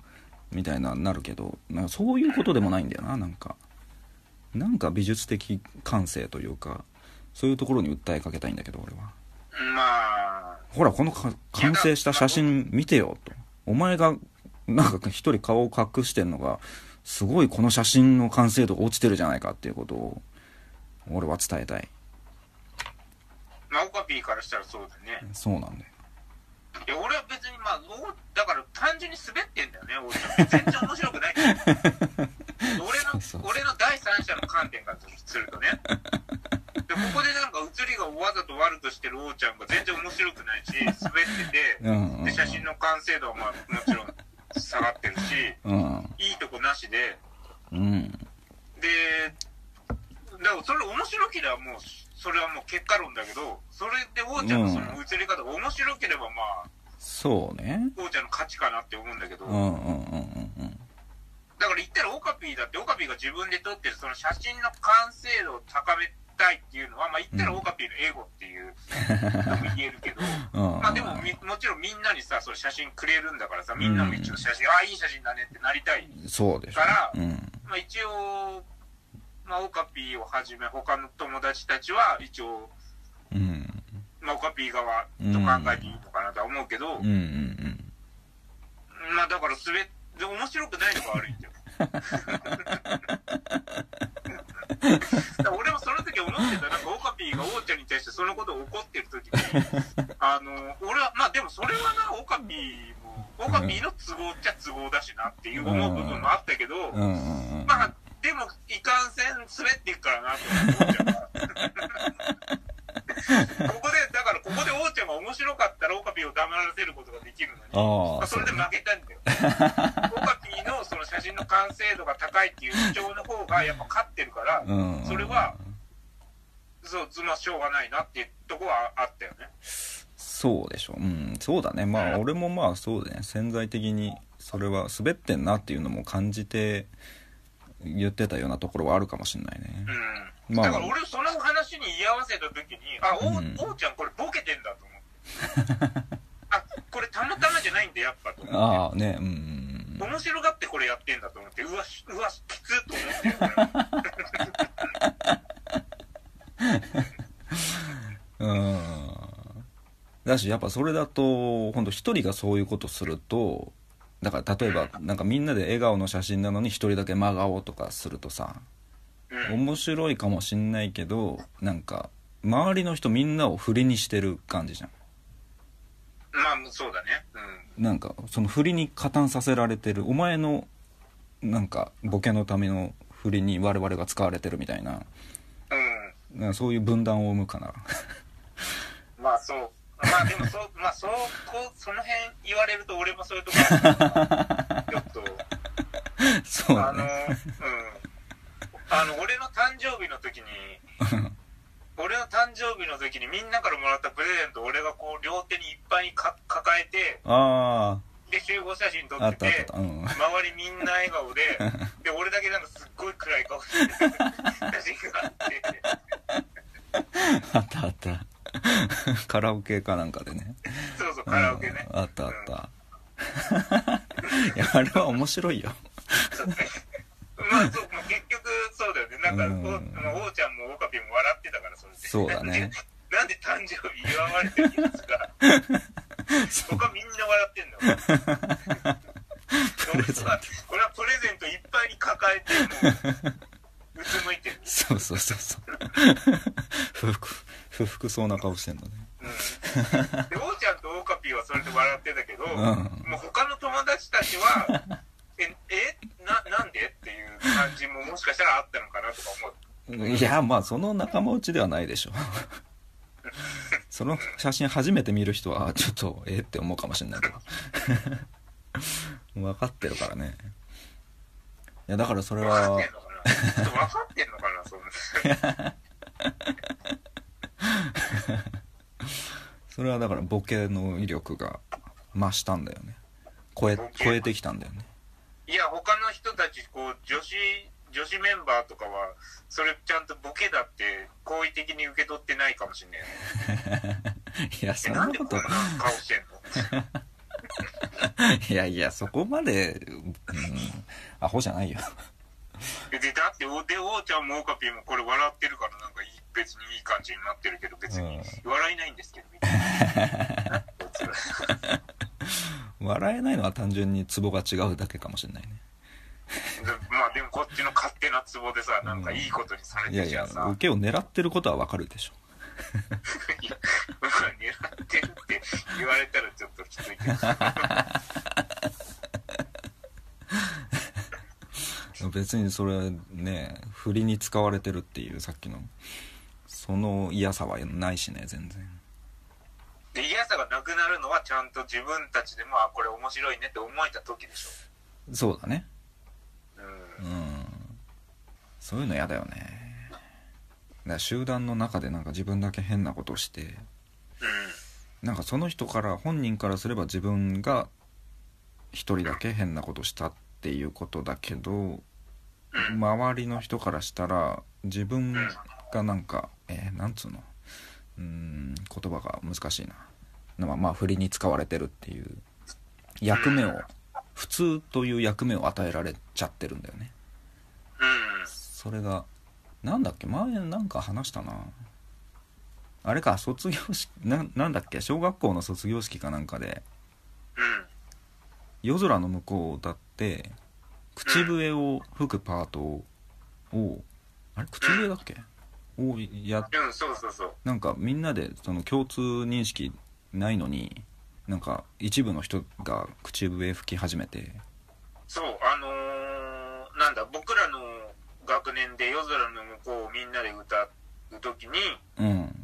Speaker 1: みたいななるけどなんかそういうことでもないんだよななんかなんか美術的感性というかそういうところに訴えかけたいんだけど俺は
Speaker 2: うんまあ、
Speaker 1: ほらこのか完成した写真見てよとお前がなんか一人顔を隠してんのがすごいこの写真の完成度が落ちてるじゃないかっていうことを俺は伝えたい
Speaker 2: まあ、オカピーからしたらそうだね。
Speaker 1: そうなんだよ
Speaker 2: いや、俺は別に、まあ、おうだから単純に滑ってんだよね、おうちゃん。全然面白くない。 俺の
Speaker 1: そう、
Speaker 2: 俺の第三者の観点からするとね。で、ここでなんか写りがわざと悪くしてるおうちゃんが全然面白くないし、滑ってて、
Speaker 1: うんうんうん
Speaker 2: で写真の完成度はまあもちろん下がってるし
Speaker 1: うん
Speaker 2: いいとこなしで
Speaker 1: うん
Speaker 2: でだからそれ面白ければもうそれはもう結果論だけどそれで王ちゃんのその映り方が面白ければまあ
Speaker 1: そうね
Speaker 2: 王ちゃんの勝ちかなって思うんだけど、
Speaker 1: うんうんうんうん
Speaker 2: だから言ったらオカピーだってオカピーが自分で撮ってるその写真の完成度を高めたいっていうのはまあ言ったらオカピーのエゴっていうのも言えるけど。
Speaker 1: うんうん
Speaker 2: まあでもみもちろんみんなにさその写真くれるんだからさみんなも一応写真、ああいい写真だねってなりたい
Speaker 1: そうでしょ
Speaker 2: から
Speaker 1: うん
Speaker 2: まあ、一応、まあ、オカピーをはじめ、他の友達たちは、一応、
Speaker 1: うん
Speaker 2: まあ、オカピー側と考えていいのかなとは思うけど、
Speaker 1: うんうんうん
Speaker 2: まあ、だから、すべ、で面白 くないのが悪いんだよ。だから俺もその時時思ってた。なんか、オカピーが王ちゃんに対してそのことを怒ってる 時に、あの、俺は、まあでもそれはな、オカピーも、オカピーの都合っちゃ都合だしなっていう思う部分もあったけど、
Speaker 1: うんうんうん
Speaker 2: まあ、でも、いかんせん滑っていくからなと思っちゃ う。ここで、だからここで王ちゃんが面白かったらオカピーを黙らせることができるのに、
Speaker 1: あー
Speaker 2: まあそれで負けたんだよ。オカピーのその写真の完成度が高いっていう主張の方がやっぱ勝ってるから、
Speaker 1: うんうん
Speaker 2: それは、そう、ずまあしょうがないなっていうとこはあったよね。
Speaker 1: そうでしょうんそうだねまあ俺もまあそうだね潜在的にそれは滑ってんなっていうのも感じて言ってたようなところはあるかもしんないね
Speaker 2: うん。
Speaker 1: まあ
Speaker 2: だから俺その話に居合わせた時に、あ、おう
Speaker 1: うん
Speaker 2: おうちゃんこれボケてんだと思って。あ、これたまたまじゃないんだやっぱと思って。
Speaker 1: ああねうんうんうん
Speaker 2: 面白がってこれやってんだと思って、うわ、しうわ、きつっと思ってるから。
Speaker 1: うんだしやっぱそれだと本当一人がそういうことするとだから例えばなんかみんなで笑顔の写真なのに一人だけ真顔とかするとさ
Speaker 2: うん。
Speaker 1: 面白いかもしんないけどなんか周りの人みんなを振りにしてる感じじゃん
Speaker 2: まあ、そうだね。うん。
Speaker 1: なんかその振りに加担させられてるお前のなんかボケのための振りに我々が使われてるみたいな
Speaker 2: う
Speaker 1: なんかそういう分断を生むかな
Speaker 2: ん。まあそう。まあでもそう、まあそう、こう、その辺言われると俺もそういうとこあ るからちょっと、
Speaker 1: そう
Speaker 2: あ
Speaker 1: だ
Speaker 2: の、うん
Speaker 1: ね。
Speaker 2: あの、俺の誕生日の時に、俺の誕生日の時にみんなからもらったプレゼントを俺がこう両手にいっぱいにか抱えて、
Speaker 1: あ
Speaker 2: で集合写真撮
Speaker 1: ああ
Speaker 2: っ
Speaker 1: ったあって
Speaker 2: て
Speaker 1: た、うん
Speaker 2: 周りみんな笑顔で、で、俺だけなんかすっごい暗い顔してる写真があって、
Speaker 1: あったあった カラオケかなんかでね
Speaker 2: そうそう、カラオケね。
Speaker 1: うんあったあった いやあれは面白いよ
Speaker 2: そうねまあそう、まあ、結局そうだよね。なんか、
Speaker 1: うん
Speaker 2: おまあ、おうちゃんもオカピも笑ってたから、それで。
Speaker 1: そうだね。
Speaker 2: なんで誕生日祝われてるんですか 他みんな笑ってんだもん。
Speaker 1: プレゼント
Speaker 2: 俺はプレゼントいっぱいに抱えて、もう、うつむいてる。
Speaker 1: そうそうそうそう 不服不服そうな顔してんだね
Speaker 2: うん。で、おうちゃんとオカピはそれで笑ってたけど、
Speaker 1: ん
Speaker 2: もう他の友達たちは、 え、え、な、なんでっていう感じももしかしたらあったのかなとか思う。
Speaker 1: いやまあその仲間内ではないでしょう その写真初めて見る人はちょっとえって思うかもしれないけど 分かってるからねいやだからそれ
Speaker 2: 分かっ
Speaker 1: は
Speaker 2: てんのかなちょっと分かってんのかなそんな
Speaker 1: それはだからボケの威力が増したんだよね超え超えてきたんだよね
Speaker 2: いや他の人たちこう女子女子メンバーとかはそれちゃんとボケだって好意的に受け取ってないかもしれないよね
Speaker 1: いやそ
Speaker 2: え
Speaker 1: ん
Speaker 2: な
Speaker 1: なん
Speaker 2: で
Speaker 1: こ
Speaker 2: ことんな顔してんの
Speaker 1: いやいやそこまで、うん、アホじゃないよ
Speaker 2: でだっておでおうちゃんもオカピーもこれ笑ってるからなんかいい別にいい感じになってるけど別に笑えないんですけどみたいなこいつら
Speaker 1: 笑えないのは単純にツボが違うだけかもしれないね
Speaker 2: まあでもこっちの勝手なツボでさなんかいいことにされ
Speaker 1: いや
Speaker 2: て
Speaker 1: い
Speaker 2: ちゃ
Speaker 1: や
Speaker 2: うさ
Speaker 1: 受けを狙ってることは分かるでしょ
Speaker 2: いや、僕は狙ってるって言われたらちょっときついけど。
Speaker 1: 別にそれね振りに使われてるっていうさっきのその嫌さはないしね全然
Speaker 2: で、嫌さがなくなるのはちゃんと自分たちでも、あ、これ面白いねって思えた時でしょ。
Speaker 1: そうだね
Speaker 2: うん。
Speaker 1: うんそういうの嫌だよねだから集団の中でなんか自分だけ変なことをしてなんかその人から本人からすれば自分が一人だけ変なことしたっていうことだけど
Speaker 2: うん。うん。
Speaker 1: 周りの人からしたら自分がなんかえー、なんつうのうーん言葉が難しいななまあまあ振りに使われてるっていう役目を普通という役目を与えられちゃってるんだよね
Speaker 2: うん。
Speaker 1: それがなんだっけ前なんか話したなあれか卒業式ななんだっけ小学校の卒業式かなんかで
Speaker 2: うん。
Speaker 1: 夜空の向こうを歌って口笛を吹くパートをあれ口笛だっけをや
Speaker 2: うん、そうそうそう。
Speaker 1: なんかみんなでその共通認識ないのになんか一部の人が口笛吹き始めて
Speaker 2: そう、あのーなんだ、僕らの学年で夜空の向こうをみんなで歌うときに、
Speaker 1: うん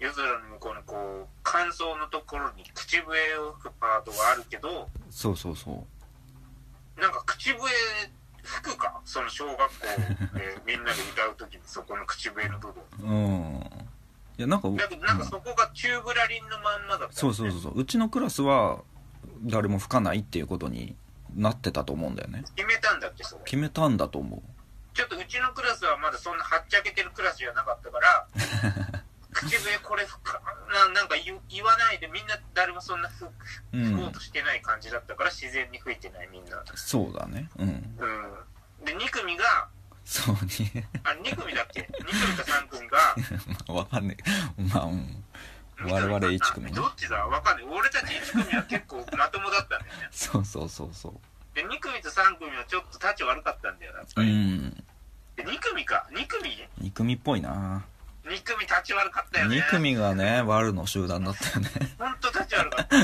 Speaker 2: 夜空の向こうのこう、感想のところに口笛を吹くパートがあるけど、
Speaker 1: そうそうそう
Speaker 2: なんか口笛吹くかその小学校でみんなで歌うときにそこの口笛の部分。
Speaker 1: うんいやなんか
Speaker 2: だけどなん
Speaker 1: う
Speaker 2: か
Speaker 1: ん
Speaker 2: そこがチューブラリンのまんまだった、ね。
Speaker 1: そうそうそうそううちのクラスは誰も吹かないっていうことになってたと思うんだよね
Speaker 2: 決めたんだって、それ。
Speaker 1: 決めたんだと思
Speaker 2: ちょっとうちのクラスはまだそんなはっちゃけてるクラスじゃなかっ たから、口笛これ吹かな、なんか言う言わないで、みんな誰もそんな吹
Speaker 1: うう
Speaker 2: 吹こ
Speaker 1: ん
Speaker 2: うとしてない感じだったから、自然に吹いてない、みんな。
Speaker 1: そうだねうん
Speaker 2: うん。で、2組が、
Speaker 1: そうね
Speaker 2: あ、2組だっけ ?2 組か3組が、
Speaker 1: まあわかんねえまあうん 我々
Speaker 2: 二
Speaker 1: 1
Speaker 2: か
Speaker 1: 組
Speaker 2: あ
Speaker 1: ね
Speaker 2: どっちだわかんない。俺たち1組は結構まともだったんだよね。
Speaker 1: そうそうそうそう
Speaker 2: で、2組と3組はちょっと立ち悪かったんだよな、やっぱ
Speaker 1: う
Speaker 2: り。
Speaker 1: ん
Speaker 2: で、2組か。2組
Speaker 1: 2組っぽいな
Speaker 2: ?2 組立ち悪かったよね。
Speaker 1: 2組がね悪の集団だったよね
Speaker 2: ほんと立ち悪かった。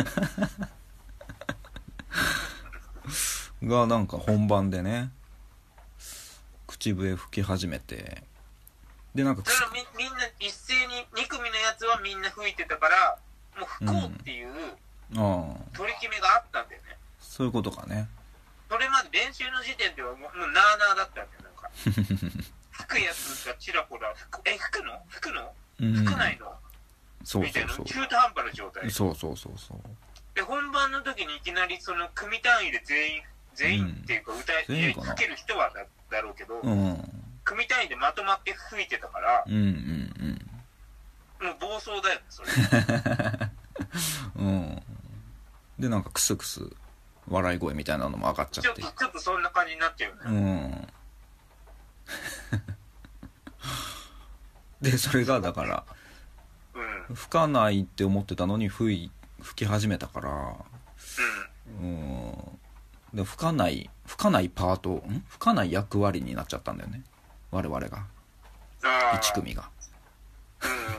Speaker 1: がなんか本番でね口笛吹き始めてでなんか
Speaker 2: それをみみんな一斉に2組のやつはみんな吹いてたからもう吹こうっていう
Speaker 1: ああ
Speaker 2: 取り決めがあったんだよね、
Speaker 1: そういうことかね
Speaker 2: それまで練習の時点ではもうもうなあなあだったんだよなん か吹くやつがちらほら吹くえ吹くの吹くの
Speaker 1: うん
Speaker 2: 吹かないの、
Speaker 1: そう
Speaker 2: みた
Speaker 1: そ
Speaker 2: いうな
Speaker 1: そう
Speaker 2: 中途半端な状態
Speaker 1: そうそうそうそう
Speaker 2: で本番の時にいきなりその組単位で全員全員っていうか歌え、
Speaker 1: 全員かな
Speaker 2: 吹ける人はだだろうけど、
Speaker 1: うんうん
Speaker 2: 組単位でまとまって吹いてたから
Speaker 1: うんうん
Speaker 2: もう暴走だよねそれ
Speaker 1: うんでなんかクスクス笑い声みたいなのも上がっちゃ
Speaker 2: ちょ
Speaker 1: っ
Speaker 2: ってとちょっとそんな感じになっちゃうよ
Speaker 1: う
Speaker 2: ね、
Speaker 1: ん でそれがだから
Speaker 2: うん
Speaker 1: 吹かないって思ってたのに吹い吹き始めたからうんで吹かない吹かないパートん吹かない役割になっちゃったんだよね我々が
Speaker 2: あ
Speaker 1: 1組が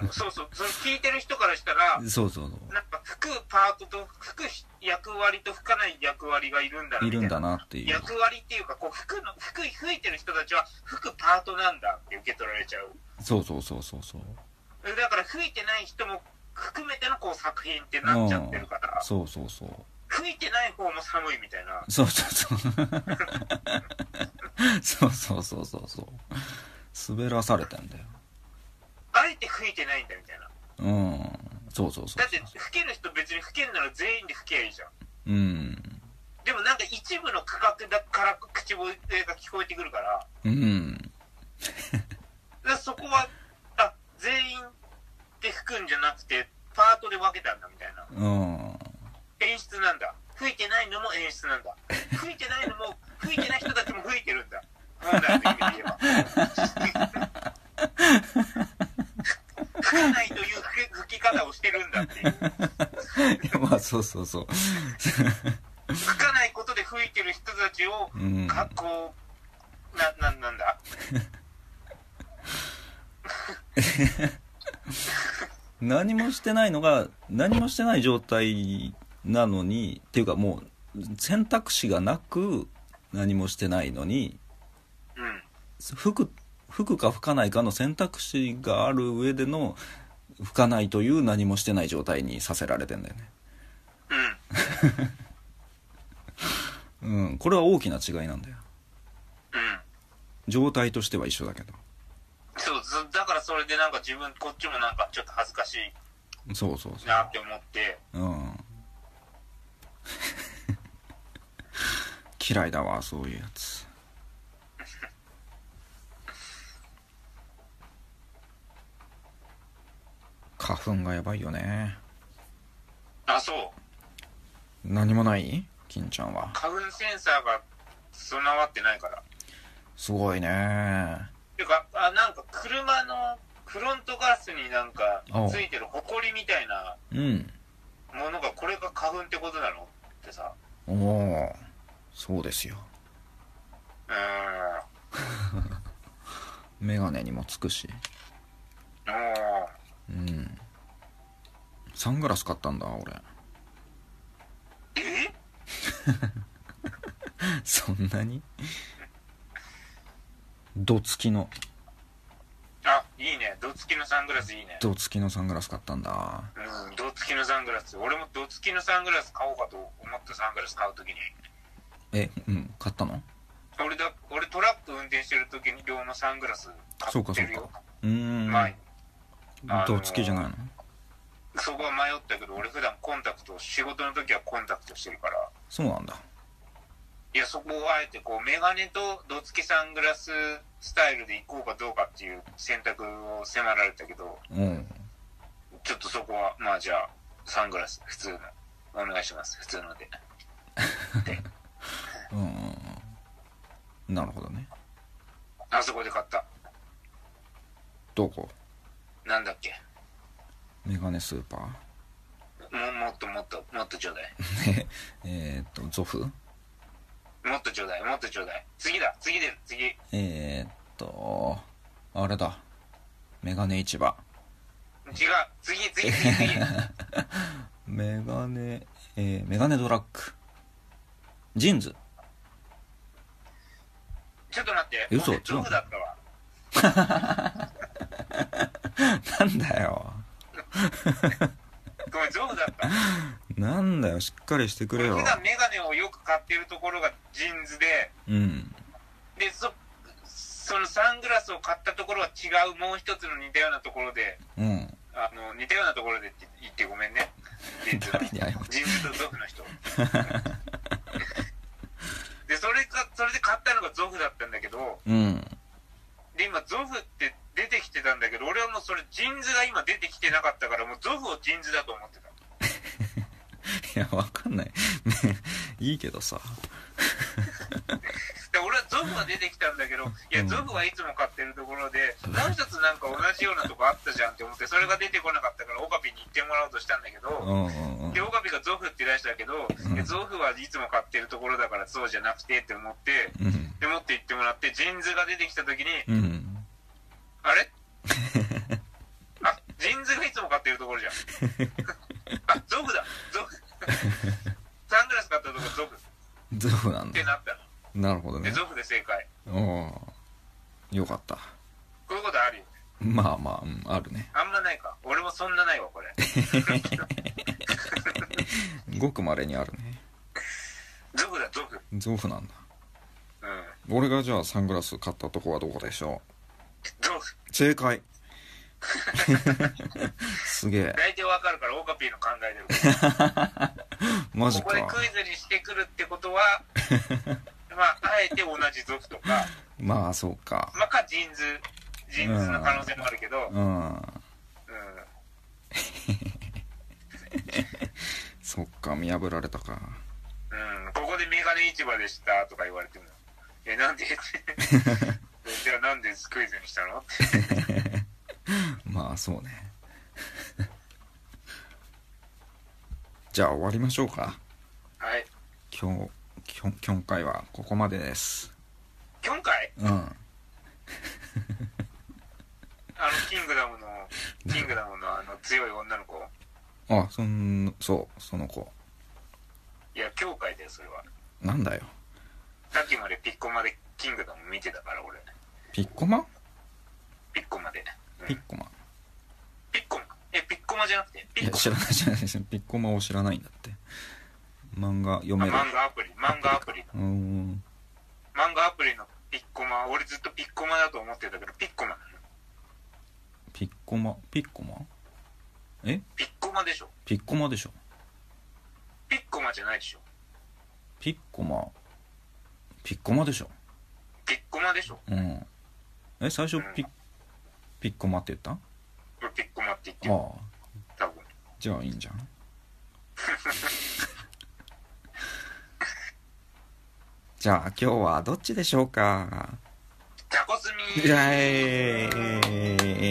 Speaker 2: うん、そうそう、それ聞いてる人からしたら、
Speaker 1: そうそうそ
Speaker 2: なんか吹くパートと吹く役割と吹かない役割がいるんだな
Speaker 1: うい
Speaker 2: みた
Speaker 1: る
Speaker 2: い
Speaker 1: ん
Speaker 2: な
Speaker 1: だなっていう
Speaker 2: 役割っていうか、こう吹くの吹く吹いてる人たちは吹くパートなんだって受け取られちゃう。
Speaker 1: そうそうそうそうそう
Speaker 2: だから吹いてない人も含めてのこう作品ってなっちゃってるから、
Speaker 1: そうそうそう
Speaker 2: 吹いてない方も寒いみたいな。
Speaker 1: そうそうそうそうそうそうそうそう滑らされたんだよ
Speaker 2: あえて吹いてないんだみたいな。
Speaker 1: うんそうそうそう
Speaker 2: だって
Speaker 1: そ
Speaker 2: 吹ける人別に吹けんなら全員で吹けばいいじゃん。
Speaker 1: ううん
Speaker 2: でもなんか一部の区画だから口笛が聞こえてくるから、
Speaker 1: うん
Speaker 2: でそこはあ全員で吹くんじゃなくてパートで分けたんだみたいな
Speaker 1: うん
Speaker 2: 演出なんだ吹いてないのも演出なんだ吹いてないのも吹いてない人たちも吹いてるんだ本来の意味で言えば吹かないという吹け吹き方をしてるんだっていう
Speaker 1: いやまあそうそうそう
Speaker 2: 吹かないことで吹いてる人たちを
Speaker 1: うん
Speaker 2: かこうなななんだ
Speaker 1: 何もしてないのが何もしてない状態なのにっていうかもう選択肢がなく何もしてないのに
Speaker 2: うん
Speaker 1: 吹く吹くか吹かないかの選択肢がある上での吹かないという何もしてない状態にさせられてんだよね
Speaker 2: うん
Speaker 1: うんこれは大きな違いなんだよ
Speaker 2: うん
Speaker 1: 状態としては一緒だけ
Speaker 2: そうずだからそれでなんか自分こっちもなんかちょっと恥ずかしい
Speaker 1: どそうそうそ
Speaker 2: なって思って
Speaker 1: ううん 嫌いだわそういうやつ花粉がやばいよね
Speaker 2: あそう
Speaker 1: 何もない金ちゃんは
Speaker 2: 花粉センサーが備わってないから
Speaker 1: すごいねあ
Speaker 2: ていうかあなんか車のフロントガラスになんか
Speaker 1: おう
Speaker 2: ついてるホコリみたいな
Speaker 1: うん
Speaker 2: ものがこれが花粉ってことなのってさ
Speaker 1: おおそうですよ
Speaker 2: うーん
Speaker 1: 眼鏡にもつくし
Speaker 2: ああ
Speaker 1: うんサングラス買ったんだ俺
Speaker 2: え
Speaker 1: そんなにドツきの
Speaker 2: あいいねドツキのサングラスいいね
Speaker 1: ドツきのサングラス買ったんだ
Speaker 2: うんドツキのサングラス俺もドツキのサングラス買おうかと思ったサングラス買うときに
Speaker 1: えうん買ったの
Speaker 2: 俺だ俺トラック運転してるときに両のサングラス買ってる
Speaker 1: そう
Speaker 2: よ
Speaker 1: かうーん、
Speaker 2: まああのー
Speaker 1: ドツきじゃないの
Speaker 2: そこは迷ったけど俺普段コンタクト仕事の時はコンタクトしてるから
Speaker 1: そうなんだ
Speaker 2: いやそこをあえてこうメガネとドツキサングラススタイルで行こうかどうかっていう選択を迫られたけど
Speaker 1: うん
Speaker 2: ちょっとそこはまあじゃあサングラス普通のお願いします普通ので
Speaker 1: うんうんうんなるほどね
Speaker 2: あそこで買った
Speaker 1: どこ
Speaker 2: なんだっけ
Speaker 1: メガネスーパー
Speaker 2: ももっともっともっとちょうだい
Speaker 1: ええーっとゾフ
Speaker 2: もっとちょうだいもっとちょうだい次だ次出る次
Speaker 1: えーっとあれだメガネ市場
Speaker 2: 違う次次次次
Speaker 1: メガネ、えーメガネドラッグジーンズ
Speaker 2: ちょっと待って
Speaker 1: え嘘
Speaker 2: 俺
Speaker 1: 違う
Speaker 2: どこだったわ
Speaker 1: なんだよ
Speaker 2: ごめんゾウだった
Speaker 1: なんだよしっかりしてくれよ
Speaker 2: 普段メガネをよく買ってるところがジーンズで
Speaker 1: うん
Speaker 2: でそそのサングラスを買ったところは違うもう一つの似たようなところで
Speaker 1: うん
Speaker 2: あの似たようなところでって言ってごめんねジーンズの
Speaker 1: 誰に謝る
Speaker 2: ジーンズとゾ フの人でそれかそれで買ったのがゾフだったんだけど
Speaker 1: うん
Speaker 2: で今ゾフって出てきてたんだけど俺はもうそれジーンズが今出てきてなかったからもうゾフをジーンズだと思ってた
Speaker 1: いやわかんないね いいけどさ
Speaker 2: で俺はゾフが出てきたんだけど、いや、
Speaker 1: うん
Speaker 2: ゾフはいつも買ってるところで、もう一つなんか同じようなとこあったじゃんって思って、それが出てこなかったから、オカピに行ってもらおうとしたんだけ
Speaker 1: うん
Speaker 2: ど、
Speaker 1: うんうん
Speaker 2: で、オカピがゾフって出したけど、
Speaker 1: ん
Speaker 2: いやゾフはいつも買ってるところだからそうじゃなくてって思って、
Speaker 1: うん
Speaker 2: で、持って行ってもらって、ジーンズが出てきた時に、
Speaker 1: うん
Speaker 2: あれあ、ジーンズがいつも買ってる ところじゃん。あ、ゾフだゾフサングラス買ったところゾフっ
Speaker 1: ゾフなん
Speaker 2: て
Speaker 1: だ
Speaker 2: なったの。
Speaker 1: なるほど
Speaker 2: で、
Speaker 1: ね
Speaker 2: ゾフで正解。
Speaker 1: おおよかった
Speaker 2: こういうことあるよ。
Speaker 1: まあまあ、うん、あるね
Speaker 2: あんまないか。俺もそんなないわ、これ。
Speaker 1: ごくまれにあるね
Speaker 2: ゾフだ、ゾ フ。
Speaker 1: ゾフなんだ
Speaker 2: うん。
Speaker 1: 俺がじゃあサングラス買ったとこはどこでしょ
Speaker 2: ゾフ。
Speaker 1: う正解 すげえ
Speaker 2: 大体わかるから、オーカピーの考えでる。
Speaker 1: マジ
Speaker 2: ここで
Speaker 1: か
Speaker 2: クイズにしてくるってこと は、まあ、あえて同じゾフとか、
Speaker 1: まあそうか
Speaker 2: まあ、か、ジーンズ、ジーンズの可能性もあるけど、
Speaker 1: うん
Speaker 2: うん。
Speaker 1: そっか見破られたか
Speaker 2: うん、ここでメガネ市場でしたとか言われても、え、な んでじゃあなんでクイズにしたのって。
Speaker 1: まあそうね じゃあ終わりましょうか
Speaker 2: はい。
Speaker 1: 今日今日今回はここまでです
Speaker 2: 今回、
Speaker 1: うん
Speaker 2: あの、キングダムの、キングダムのあの、強い女の子。
Speaker 1: あそんそうその子
Speaker 2: いや、今日会だよ、それは。
Speaker 1: なんだよ
Speaker 2: さっきまでピッコマでキングダム見てたから俺
Speaker 1: ピッコマ
Speaker 2: ピッコマで、うん、
Speaker 1: ピ
Speaker 2: ピ
Speaker 1: ッコマ
Speaker 2: ッコマえピッコマじゃなくて
Speaker 1: い
Speaker 2: ピッ
Speaker 1: や
Speaker 2: コ
Speaker 1: 知らない知らない知らないピッコマを知らないんだって漫画読め
Speaker 2: マ
Speaker 1: る
Speaker 2: あ漫画アプリ漫画アプリ
Speaker 1: うーん
Speaker 2: 漫画アプリのピッコマ俺ずっとピッコマだと思ってたけどピッコマなの
Speaker 1: ピッコマピッコマ
Speaker 2: ピッコマでしょ
Speaker 1: ピッコマでしょ
Speaker 2: ピッコマじゃないでしょ
Speaker 1: ピッコマピッコマでしょ
Speaker 2: ピッコマでしょ
Speaker 1: うんえ最初ピ
Speaker 2: う
Speaker 1: ッピッコマって言ったあ
Speaker 2: 俺ピッコマって言ってる
Speaker 1: あ
Speaker 2: 多分
Speaker 1: じゃあいいんじゃん じゃあ今日はどっちでしょうか
Speaker 2: タコスミ
Speaker 1: イエーイ